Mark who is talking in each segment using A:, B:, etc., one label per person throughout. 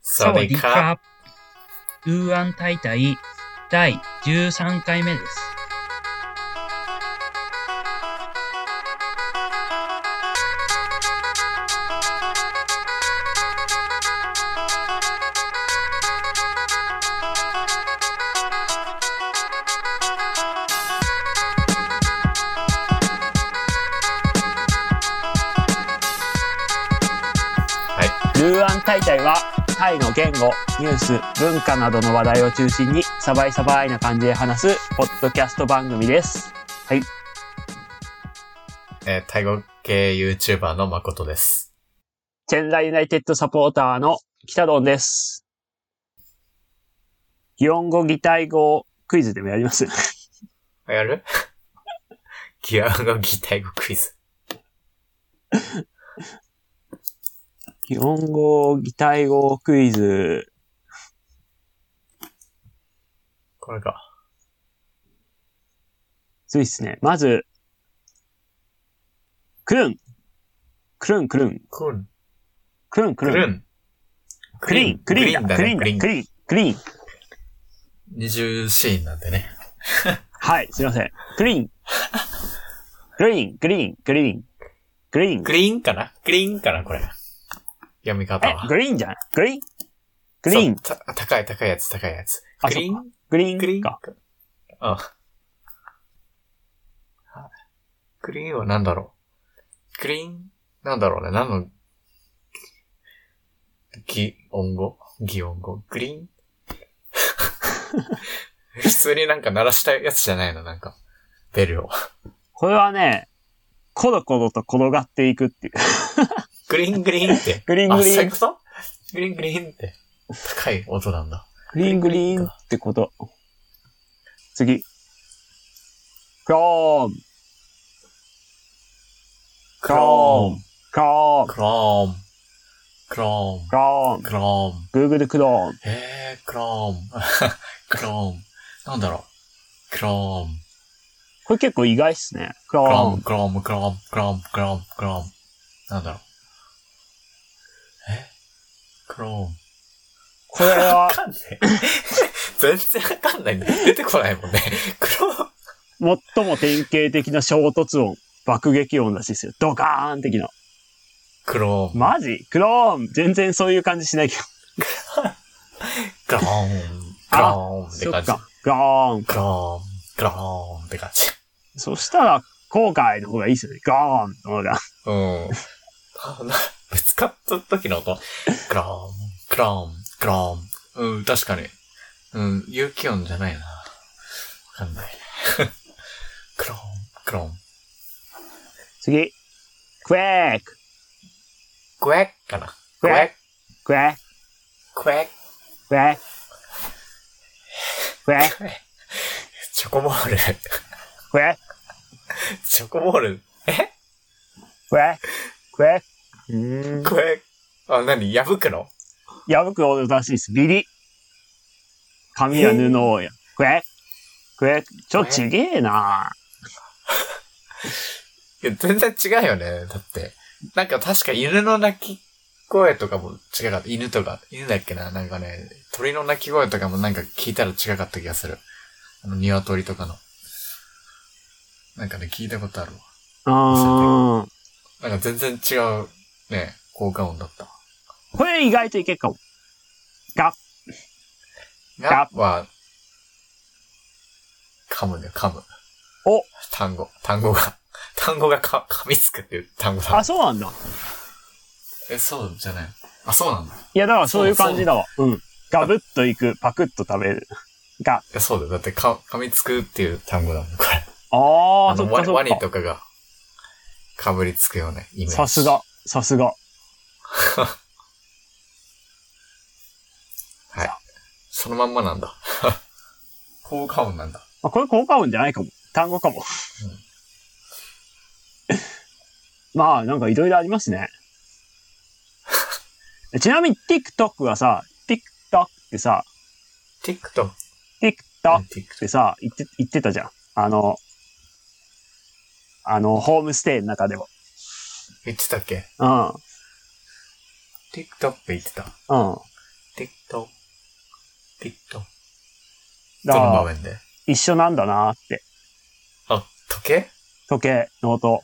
A: サワディーカー
B: ウーアン大会第13回目です。
C: ルーアン大会はタイの言語ニュース文化などの話題を中心にサバイサバイな感じで話すポッドキャスト番組です
A: えータイ語系 YouTuber の誠です。
C: チェンラユナイテッドサポーターの北ドンです擬音語擬態語クイズでもやります
A: あやる ギアの擬態語クイズ。
C: 擬音語擬態語クイズ
A: これか。
C: そうですねまずくるんくるんくるん
A: クン。
C: くるんく
A: ク
C: る
A: ル
C: ん
A: ン。
C: クリーンクリーンだ
A: だ
C: クリー
A: ね。
C: ン
A: ク
C: だ
A: リーン
C: ク。リーンクリーン
A: 二重シーンなんでね。
C: はい、すいません。グリーン。グリーン、グリーン、グリーン。グリーン。
A: グリーンかなグリーンかなこれ。読み方
C: え、
A: は。
C: グリーンじゃんグリーングリーン、
A: そうた高い高いやつ高いやつ。
C: あ
A: グリーン
C: グリーン。
A: グリーン
C: か。
A: あはいグリーンは何だろうグリーンなんだろうね何の、擬音語擬音語グリーン 普通になんか鳴らしたやつじゃないのなんか、ベルを。
C: これはね、コロコロと転がっていくっていう。
A: グリーングリーンって。
C: グリーン
A: あ、
C: グリ
A: そ
C: ー
A: ういう
C: ン
A: こ。とグリーングリーンって。高い音なんだ。
C: グリーン、グリーンってこと。次。クローン、クローン、クローン、
A: クローン。クローン。
C: クローン。
A: クローン。
C: Google クローン。
A: えー、クローン。 クローン。なんだろう。クローン。
C: これ結構意外っすね。ク
A: クロ
C: ロ
A: ー
C: ー
A: ン、
C: ン。
A: クローン、クローン、クローン、クローン、クローン。なんだろう。えクロ
C: これ
A: ーン。わ
C: は
A: かんない。 全然わかんない。出てこないもんね。クローン。
C: 最も典型的な衝突音。爆撃音らしいですよ。ドカーン的な。
A: クローン。
C: マジクローン全然そういう感じしないけど。
A: クローン。クローンって
C: そ
A: 感
C: っ
A: じ。
C: か。クローン。
A: クローン。クローンって感じ。
C: そしたら、後悔の方がいいですよね。クローンの方が。
A: うん。あなぶつかった時の音。クローン、クローン、クローン。うん、確かに。うん、有機音じゃないな。わかんない。クローン、クローン。
C: 次。クエック。
A: クエッかな。
C: クエッ
A: ク。
C: クエック。
A: クエ
C: クエック。クエック。
A: ッ。チョコボール。
C: クエック。
A: チョコボール。え
C: クエック。クエック。うーん。
A: クエッ。あ、なに破くの
C: 破く音らしいです。ビリ。髪は布をや。クエック。クエック。ちょ、ちげえない
A: や、全然違うよね。だって。なんか確か犬の鳴き声とかも違かった。犬とか、犬だっけななんかね、鳥の鳴き声とかもなんか聞いたら違かった気がする。あの、鶏とかの。なんかね、聞いたことあるわ。
C: うーん。
A: なんか全然違う、ね、効果音だったわ。
C: これ意外といけっかも。
A: がは、噛むね、噛む。
C: お
A: 単語、単語が、単語がか噛みつくっていう単語だ
C: あ、。そうなんだ。
A: え、そうじゃないあ、そうなんだ。
C: いや、だからそういう感じだわ。うん。ガブッといく、パクッと食べる。が。
A: え、そうだよ。だってか噛みつくっていう単語だもん、これ。
C: あ
A: あ
C: あ、そ
A: の
C: っ
A: ワ
C: か
A: ニ、
C: そ
A: ワ
C: っ
A: ニ
C: か。
A: とかが、かぶりつくようなイメージ。
C: さす。が、さすが。
A: はい。そのまんまなんだ。 効果音なんだ。
C: あ、これ効果音じゃないかも。単語かも。まあ、なんかいろいろあります ね。ちなみに TikTok はさ、TikTok ってさ、
A: TikTok。
C: TikTok っ
A: TikTok
C: てさ、言って、言ってたじゃん。あの、あの、ホームステイの中でも。
A: 言ってたっけ
C: うん、
A: ?TikTok って言ってた。
C: うん。
A: ティット、ティット。
C: だ
A: ど
C: か
A: の場
C: ら、
A: 面で
C: 一緒なんだなって。
A: あ、時計
C: 時計の音。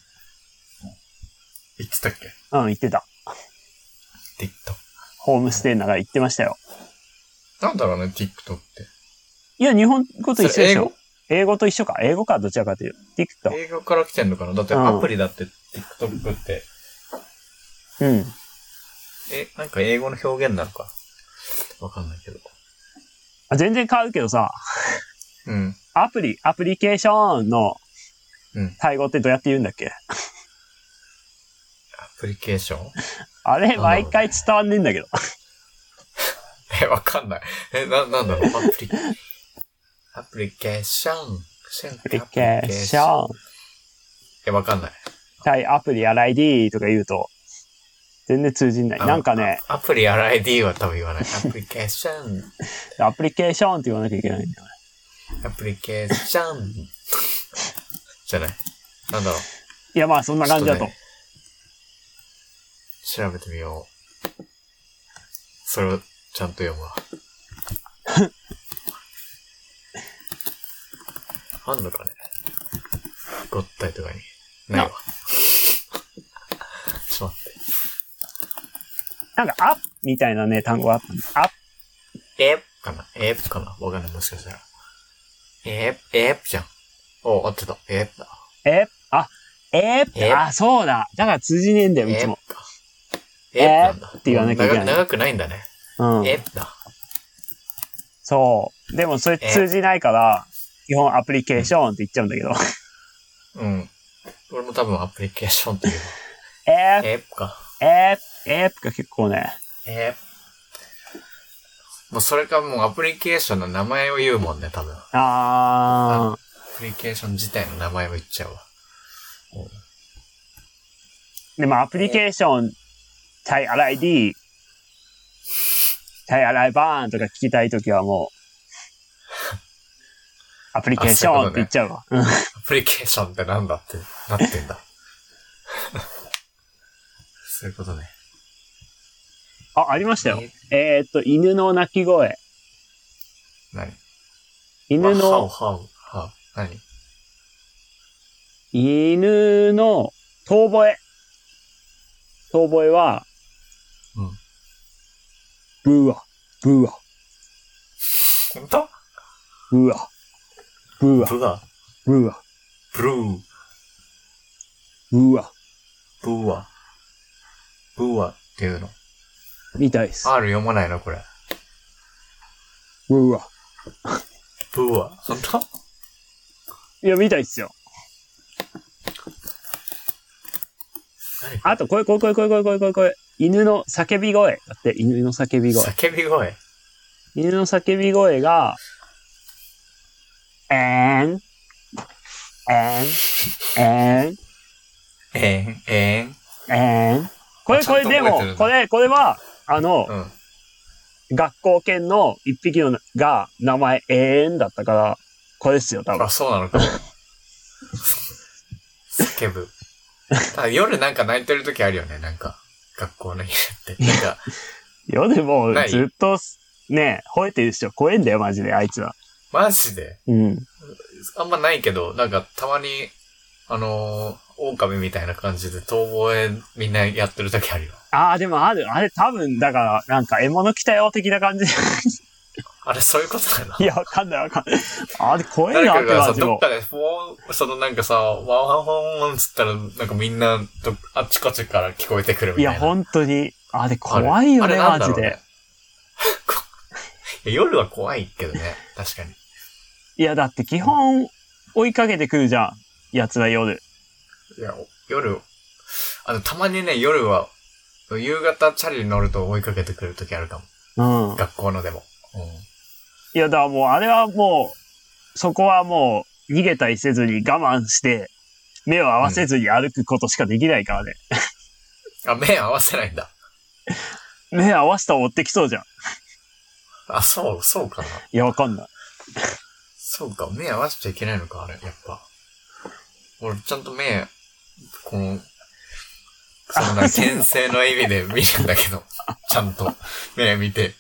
A: 言ってたっけ
C: うん、言ってた。
A: ティット。
C: ホームステイなら言ってましたよ。
A: なんだろうね、ティックトって。
C: いや、日本語と一緒でしょ
A: そ
C: 英語と一緒か。英語か、どちらかという。
A: れ
C: TikTok。
A: 英語から来てんのかなだって
C: うん
A: アプリだって、ティックトックって、
C: うん。
A: え、なんか英語の表現なのか。わかんないけど。
C: あ全然変わるけどさ、
A: うん。
C: アプリ、アプリケーションの
A: うん
C: タイ語ってどうやって言うんだっけ、
A: アプリケーション
C: あれ、
A: なんだろう
C: 毎回伝わんねえんだけど。
A: え、わかんない。え、な、なんだろうアプリ、アプリケーション。ア
C: アプリケーション。
A: え、わかんない。
C: タイアプリ、洗い D とか言うと、全然通じんない。
A: あ
C: なんかね、
A: アプリ RID は多分言わない。アプリケーション。
C: アプリケーションって言わなきゃいけないんだよね。
A: アプリケーション。じゃない。なんだろう。
C: いや、まあ、そんな感じだと。
A: ちょっね調べてみよう。それをちゃんと読 むわ。あんのかねごったいとかに。ないわ。ちょっと待っ
C: なんか、アップみたいなね、単語があったんだアップ、
A: て。エープかなエープかなわかんない。もしかしたら。エープ、エープじゃん。お、合ってた。エープだ。
C: えあ、え
A: え
C: あ、そうだ。だから通じねえんだよ、い
A: エ
C: つ
A: ー
C: も。
A: プか。エープなんだ。
C: って言わなきゃいけない
A: もう長長くないんだね。
C: うん。
A: エープだ。
C: そう。でも、それ通じないから、基本アプリケーションって言っちゃうんだけど。
A: うん。俺も多分アプリケーションっていう。
C: え
A: エープか。
C: ー、えー、えー、が結構ね。
A: えーもうそれかもうアプリケーションの名前を言うもんね、多分。ア
C: あ
A: プリケーション自体の名前を言っちゃうわ。
C: ー。でも、アプリケーション、タイアライ D、タイアライバーンとか聞きたいときはも う、アプリケーションって言っちゃうわ。うん
A: アプリケーションってなんだってなってんだ。 そういうことね。
C: あ、ありましたよ
A: え。
C: えーっと、犬の鳴き声。
A: 何
C: 犬
A: まあハウ
C: の、
A: ハウ、ハウ。何
C: 犬の遠吠え。遠吠えは、
A: うん
C: ブワ、ブワ、
A: 本当
C: ブワ、ブワ、
A: ブガ
C: ブワ、
A: ブルー、
C: ブワ、
A: ブワ、ブワっていうの。
C: みたいです。
A: R 読まないのこれ。
C: ブワ。
A: ブワ。本当
C: いや、みたいっすよ。
A: 何
C: あと、声、声、声、声、声、声、声、声。犬の叫び声。だって、犬の叫び声。
A: 叫び声。
C: 犬の叫び声が、えーん、えーん、えーん、
A: えーん、え
C: えーん。これ、
A: あち
C: こ
A: ゃん
C: れ、
A: と
C: で
A: 覚えてる
C: も
A: んだ、
C: これ、これは、あの
A: ーん。、うん。
C: 学校犬の一匹のが名前、えーんだったから、これですよ、多分
A: あ、。そうなのか。叫ぶ。あ夜なんか泣いてる時あるよね、なんか。学校の家って。なんか、
C: 夜もう
A: ない
C: ずっと、ね、吠えてるっしょ。怖えんだよ、マジで、あいつは。
A: マジで。
C: うん。
A: あんまないけど、なんかたまに、あのー、狼みたいな感じで遠吠えみんなやってる時あるよ。
C: ああ、でもある。あれ多分、だから、なんか獲物来たよ、的な感じ。
A: あれ、そういうことだな。
C: いや、わかんないわかんない。あれ怖い
A: 誰
C: なっ
A: か
C: て
A: がさ、
C: 感じ
A: どっ
C: も。
A: かで、ふおーそのなんかさ、ワンワンワンワンつったら、なんかみんなど、あっちこっちから聞こえてくる
C: い
A: みたいな。
C: や、本当に。あれ
A: あれ
C: 怖いよ
A: あれ
C: ね、
A: なん
C: マ
A: だろ
C: ジ
A: うね
C: で。。
A: いや夜は怖いけどね、確かに。
C: いや、だって基本、追いかけてくるじゃん。奴ら夜。
A: いや、夜、あの、たまにね、夜は、夕方チャリに乗ると追いかけてくる時あるかも。
C: うん。
A: 学校のでも。うん。
C: いや、だからもう、あれはもう、そこはもう、逃げたりせずに我慢して、目を合わせずに歩くことしかできないからね。
A: あ、目合わせないんだ。
C: 目合わせたら追ってきそうじゃん。
A: あ、そう、そうかな。
C: いや、わかんない。
A: そうか、目合わせちゃいけないのか、あれ、やっぱ。俺、ちゃんと目、この、そんな、牽制の意味で見るんだけど、ちゃんと目見て、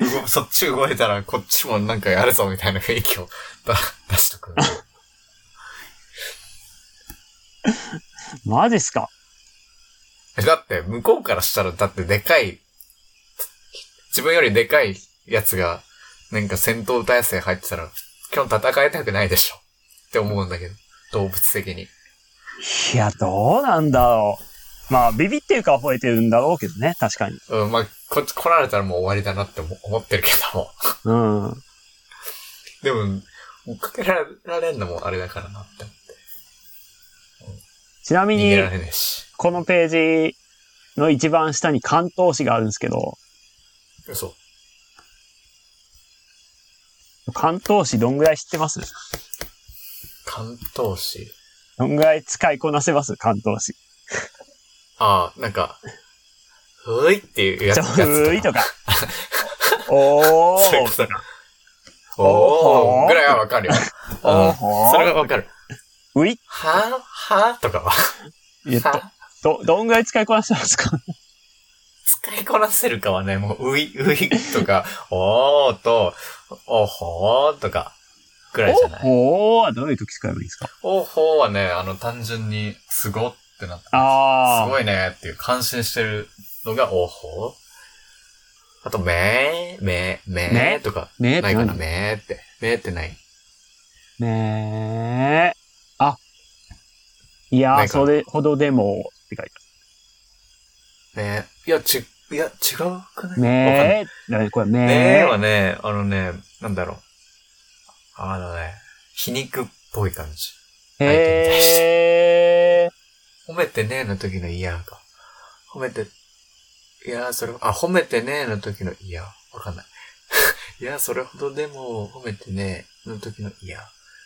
A: 動、そっち動いたらこっちもなんかやるぞみたいな雰囲気をだ出しとく。
C: マジっすか
A: えだって、向こうからしたら、だってでかい、自分よりでかいやつが、なんか戦闘体制入ってたら、今日戦いたくないでしょ。って思うんだけど、動物的に。
C: いや、どうなんだろう。まあ、ビビってるから吠えてるんだろうけどね、確かに。
A: うん、まあ、こっち来られたらもう終わりだなって思思ってるけども。
C: うん。
A: でも、追っかけられんのもあれだからなって。
C: ちなみ
A: 逃
C: に
A: げ、られねえし。
C: このページの一番下に関東市があるんですけど、
A: 嘘。
C: 関東市どんぐらい知ってます
A: 関東市。
C: どんぐらい使いこなせます関東市。
A: ああ、なんか、ふーいっていうやつ。
C: ちょ、
A: や
C: う
A: つとか
C: い とか。おー
A: そういうことか。
C: お
A: お
C: ー
A: ーぐらいはわかるよ。
C: おー
A: うんそれはわかる。
C: うい
A: ははとかは。
C: えっと、
A: は
C: ど、どんぐらい使いこなせますか
A: 使いこなせるかはね、もう、ういういとか、おーと、おほーとか、ぐらいじゃ ない。
C: おーはどういう時使えばいいんですか
A: おほーはね、あの、単純に、すごってなった。
C: あ
A: す
C: ー。
A: ごいねっていう、感心してるのが、おほー。あと、めー、めー、め
C: め
A: ーとか、
C: ねえ
A: ないかな、めーって。めーってない。
C: ねえ。あ。いや
A: な
C: ー、
A: いかな
C: それほどでも、って書いて
A: ねいや、ち、いや、違うく
C: ある。
A: ないわかんない
C: ねえ。だねこれ
A: ねえ
C: ね
A: はね、あのね、なんだろう。あのね、皮肉っぽい感じ。
C: え。
A: 相手に対して
C: へえ。
A: 褒めてねえの時の嫌が。褒めて、いや、それ、あ、褒めてねえの時の嫌。わかんない。 いや、それほどでも、褒めてねえの時の嫌。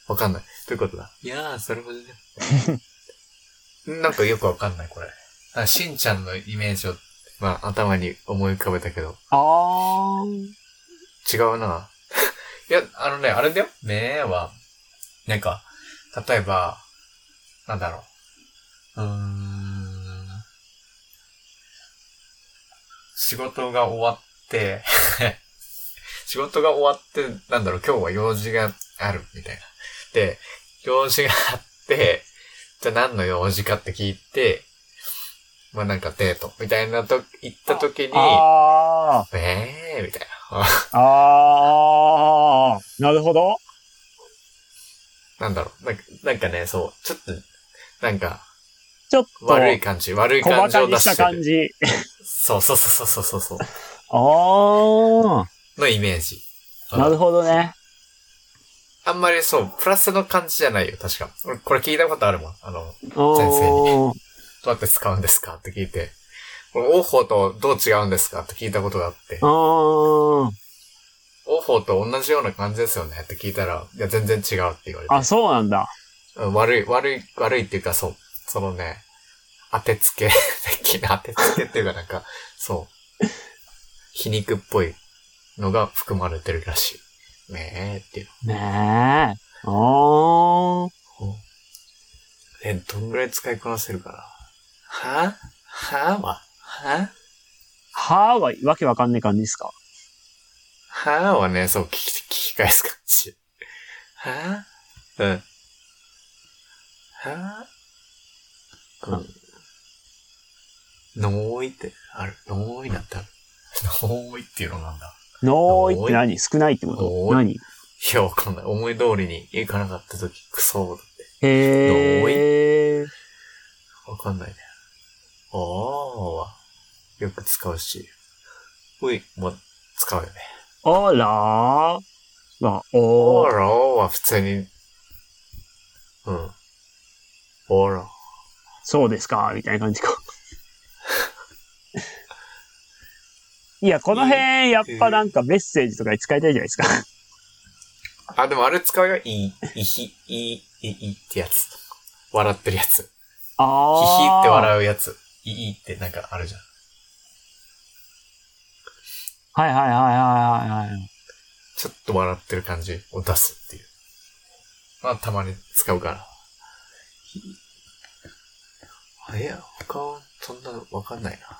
A: わかんない。どういうことだいや、それほどでも。なんかよくわかんない、これ。あしんちゃんのイメージを、まあ、頭に思い浮かべたけど、
C: あー。
A: 違うな。 いや、あのね、あれだよ。目は、なんか、例えば、なんだろう。うーん。仕事が終わって、 仕事が終わって、なんだろう、今日は用事がある、みたいな。で、用事があって、じゃあ何の用事かって聞いて、まあなんかデート、みたいなと、行った時に、
C: あー。
A: えー、みたいな。
C: あー。なるほど。
A: なんだろう、なんか、なんかね、そう、ちょっと、なんか、
C: ちょっと、
A: 悪い感じ、悪い
C: 小
A: 感
C: 馬
A: じ
C: 鹿
A: を
C: に
A: 出
C: した
A: して
C: 感
A: る。
C: じ。
A: そうそうそうそうそうそう
C: あ
A: のイメージ。
C: ー。なるほどね。
A: あんまりそう、プラスの感じじゃないよ、確か。俺、これ聞いたことあるもん。あの、
C: おー。
A: どうやって使うんですかって聞いて。これ、王法とどう違うんですかって聞いたことがあって。
C: あー。
A: 王法と同じような感じですよねって聞いたら、いや、全然違うって言われて。
C: あ、そうなんだ。
A: うん悪い、悪い、悪いっていうか、そう、そのね、当てつけ 的な当てつけっていうかなんか、そう、皮肉っぽいのが含まれてるらしい。ねえっていう
C: ねえ。あー。
A: の。え、どんぐらい使いこなせるかなはははは
C: はーはわけわかんない感じですか
A: ははね、そう、聞き、聞き返す感じ。はうん。はうん。のーいって、ある。のーいなんてある。のーいっていうのなんだ。
C: ノーイって何少ないってこと
A: ノ
C: 何
A: いや、わかんない。思い通りにいかなかった時、クソだって。ノ
C: へー。
A: わかんないね。おーは、よく使うし。うい、もう、使うよね。
C: あらー。あ、お
A: オー
C: ー。
A: ラオーは普通に、うん。オーラ。
C: そうですかみたいな感じか。 いや、この辺、やっぱなんかメッセージとかに使いたいじゃないですか。
A: あ、でもあれ使うよ。いい、いひ、いい、いいってやつ。笑ってるやつ。ひひ
C: あー。
A: って笑うやつ。いいってなんかあるじゃん。
C: はいはいはいはいはいはい。
A: ちょっと笑ってる感じを出すっていう。まあ、たまに使うから。ひあいや、他はそんなのわかんないな。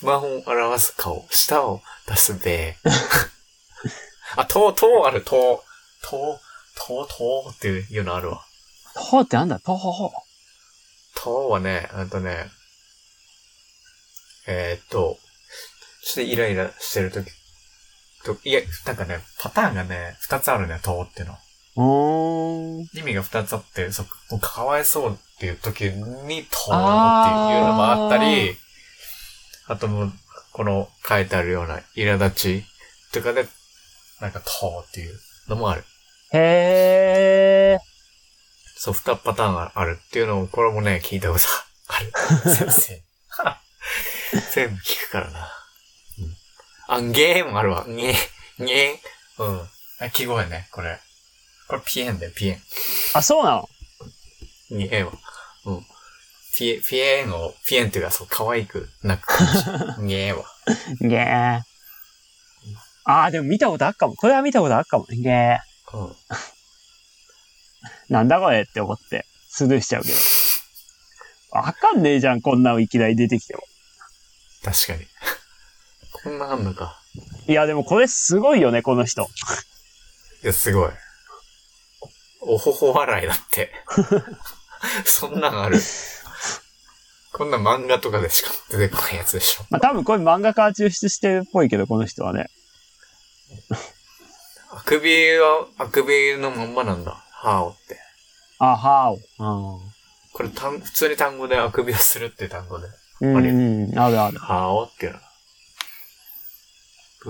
A: 不満を表す顔。舌を出す べ。あ、とう、とうある、とう。とう、とう、とうっていうのあるわ。
C: ほうってなんだとほほ。
A: とうはね、あとね、えーっと、ちょっとイライラしてるとき、と、いや、なんかね、パターンがね、二つあるね、とうっての。
C: うーん。
A: 意味が二つあって、そもうかわいそうっていう時に、とーっていう
C: あー
A: のもあったり、あともう、この書いてあるような苛立ちとかで、なんか、とーっていうのもある。
C: へー。
A: そう、二パターンがあるっていうのを、これもね、聞いたことある。先生。全部聞くからな。うん。あ、ゲーもあるわ。ゲー、ゲー。うん。あ、記号やね、これ。これ、ピエンだよ、ピエン。
C: あ、そうなの
A: にえは。うん。フィエ、フィエンを、フィエンっていうか、そう、可愛くなく感じ。にえは。
C: げー。あー、でも見たことあっかも。これは見たことあっかも。げー。
A: うん。
C: なんだこれって思って、スルーしちゃうけど。わかんねえじゃん、こんなのいきなり出てきても。
A: 確かに。こんなあんのか。
C: いや、でもこれすごいよね、この人。
A: いや、すごい。おおほほ笑いだって。 そんなんある。こんな漫画とかでしか出てこないやつでしょ。
C: まあ、多分これ漫画家抽出してるっぽいけど、この人はね。
A: あくびは、あくびのまんまなんだ。ハオって。
C: あはー
A: これ単、普通に単語であくびをするっていう単語で。
C: うん。うんうん、あるある。
A: ハオっていうの。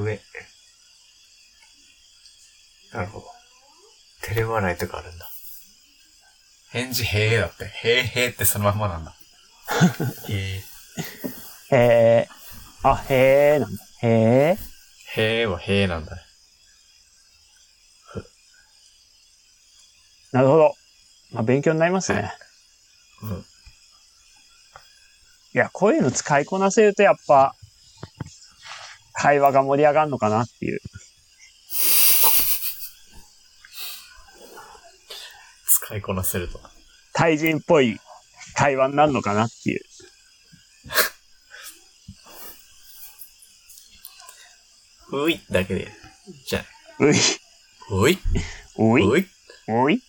A: 上。なるほど。照れ笑いとかあるんだ。返事へえだって。へえへえってそのまんまなんだ。 へ
C: へー。あ、へーなんだ。へー。
A: え。へえはへえなんだね。
C: なるほど。まあ、勉強になりますね。
A: うん。
C: いや、こういうの使いこなせるとやっぱ、会話が盛り上がるのかなっていう。
A: 使いこなせると。
C: 対人っぽい会話になるのかなっていう。
A: ういだけで。じゃ
C: うい、
A: あ、うい、
C: おい、
A: うい。
C: おい。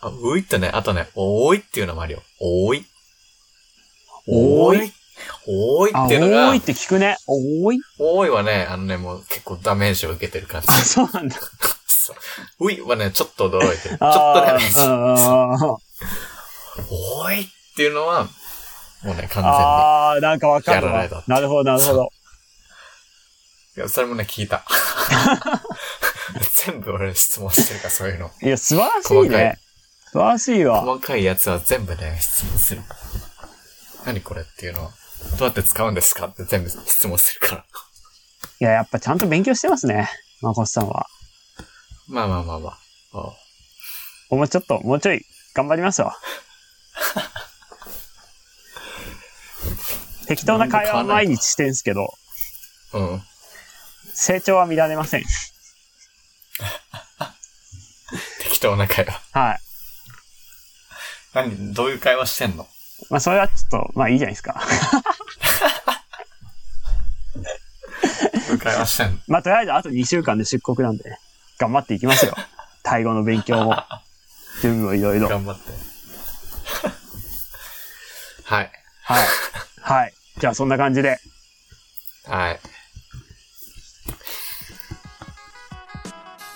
A: あ、ういとね、あとね、おーいっていうのもあるよ。おーい。
C: おー
A: い。おーい
C: あ、
A: っていうのが
C: おーいっ、て聞くね。おーい。
A: おーいはね、あのね、もう結構ダメージを受けてる 感じ
C: あ、。そう なんだ。ちょ
A: そうういはね、ちょっと驚いてる。ちょっとダメージ。
C: あ
A: おいっていうのは、もうね、完全に。
C: あー、なんかわかる
A: やら
C: わ
A: れたって
C: なるほど、なるほど。
A: いや、それもね、聞 いた。 全部俺質問してるから、そういうの。
C: いや、素晴らしい
A: 細か
C: ね
A: い。
C: 素晴らしいわ。
A: 細かいやつは全部ね、質問する。何これっていうのは、どうやって使うんですかって全部質問するから。
C: いや、やっぱちゃんと勉強してますね。まこさんは。
A: まあまあまあまあ。あ
C: もうちょっと、もうちょい、頑張りますわ。適当な会話は毎日してんすけど、
A: うん。
C: 成長は見られません。
A: 適当な会話。
C: はい。
A: 何、どういう会話してんの
C: まあ、それはちょっと、まあいいじゃないですか。
A: どういう会話してんの
C: まあ、とりあえずあと2週間で出国なんでね、頑張っていきますよ。タイ語の勉強も、準備もいろいろ。はい。
A: 頑張って。 はい。
C: はい。じゃあ、そんな感じで。
A: はい。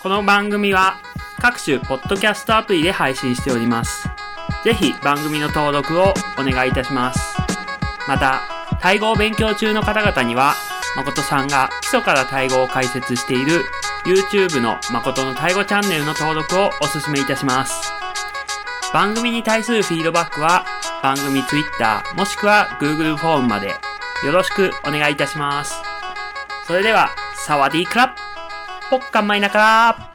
D: この番組は各種ポッドキャストアプリで配信しております。ぜひ番組の登録をお願いいたします。また、タイ語を勉強中の方々には、誠さんが基礎からタイ語を解説している YouTube の誠のタイ語チャンネルの登録をお勧めいたします。番組に対するフィードバックは番組 Twitter もしくは Google フォームまでよろしくお願いいたします。それでは、サワディークラップポッカンマイナカラー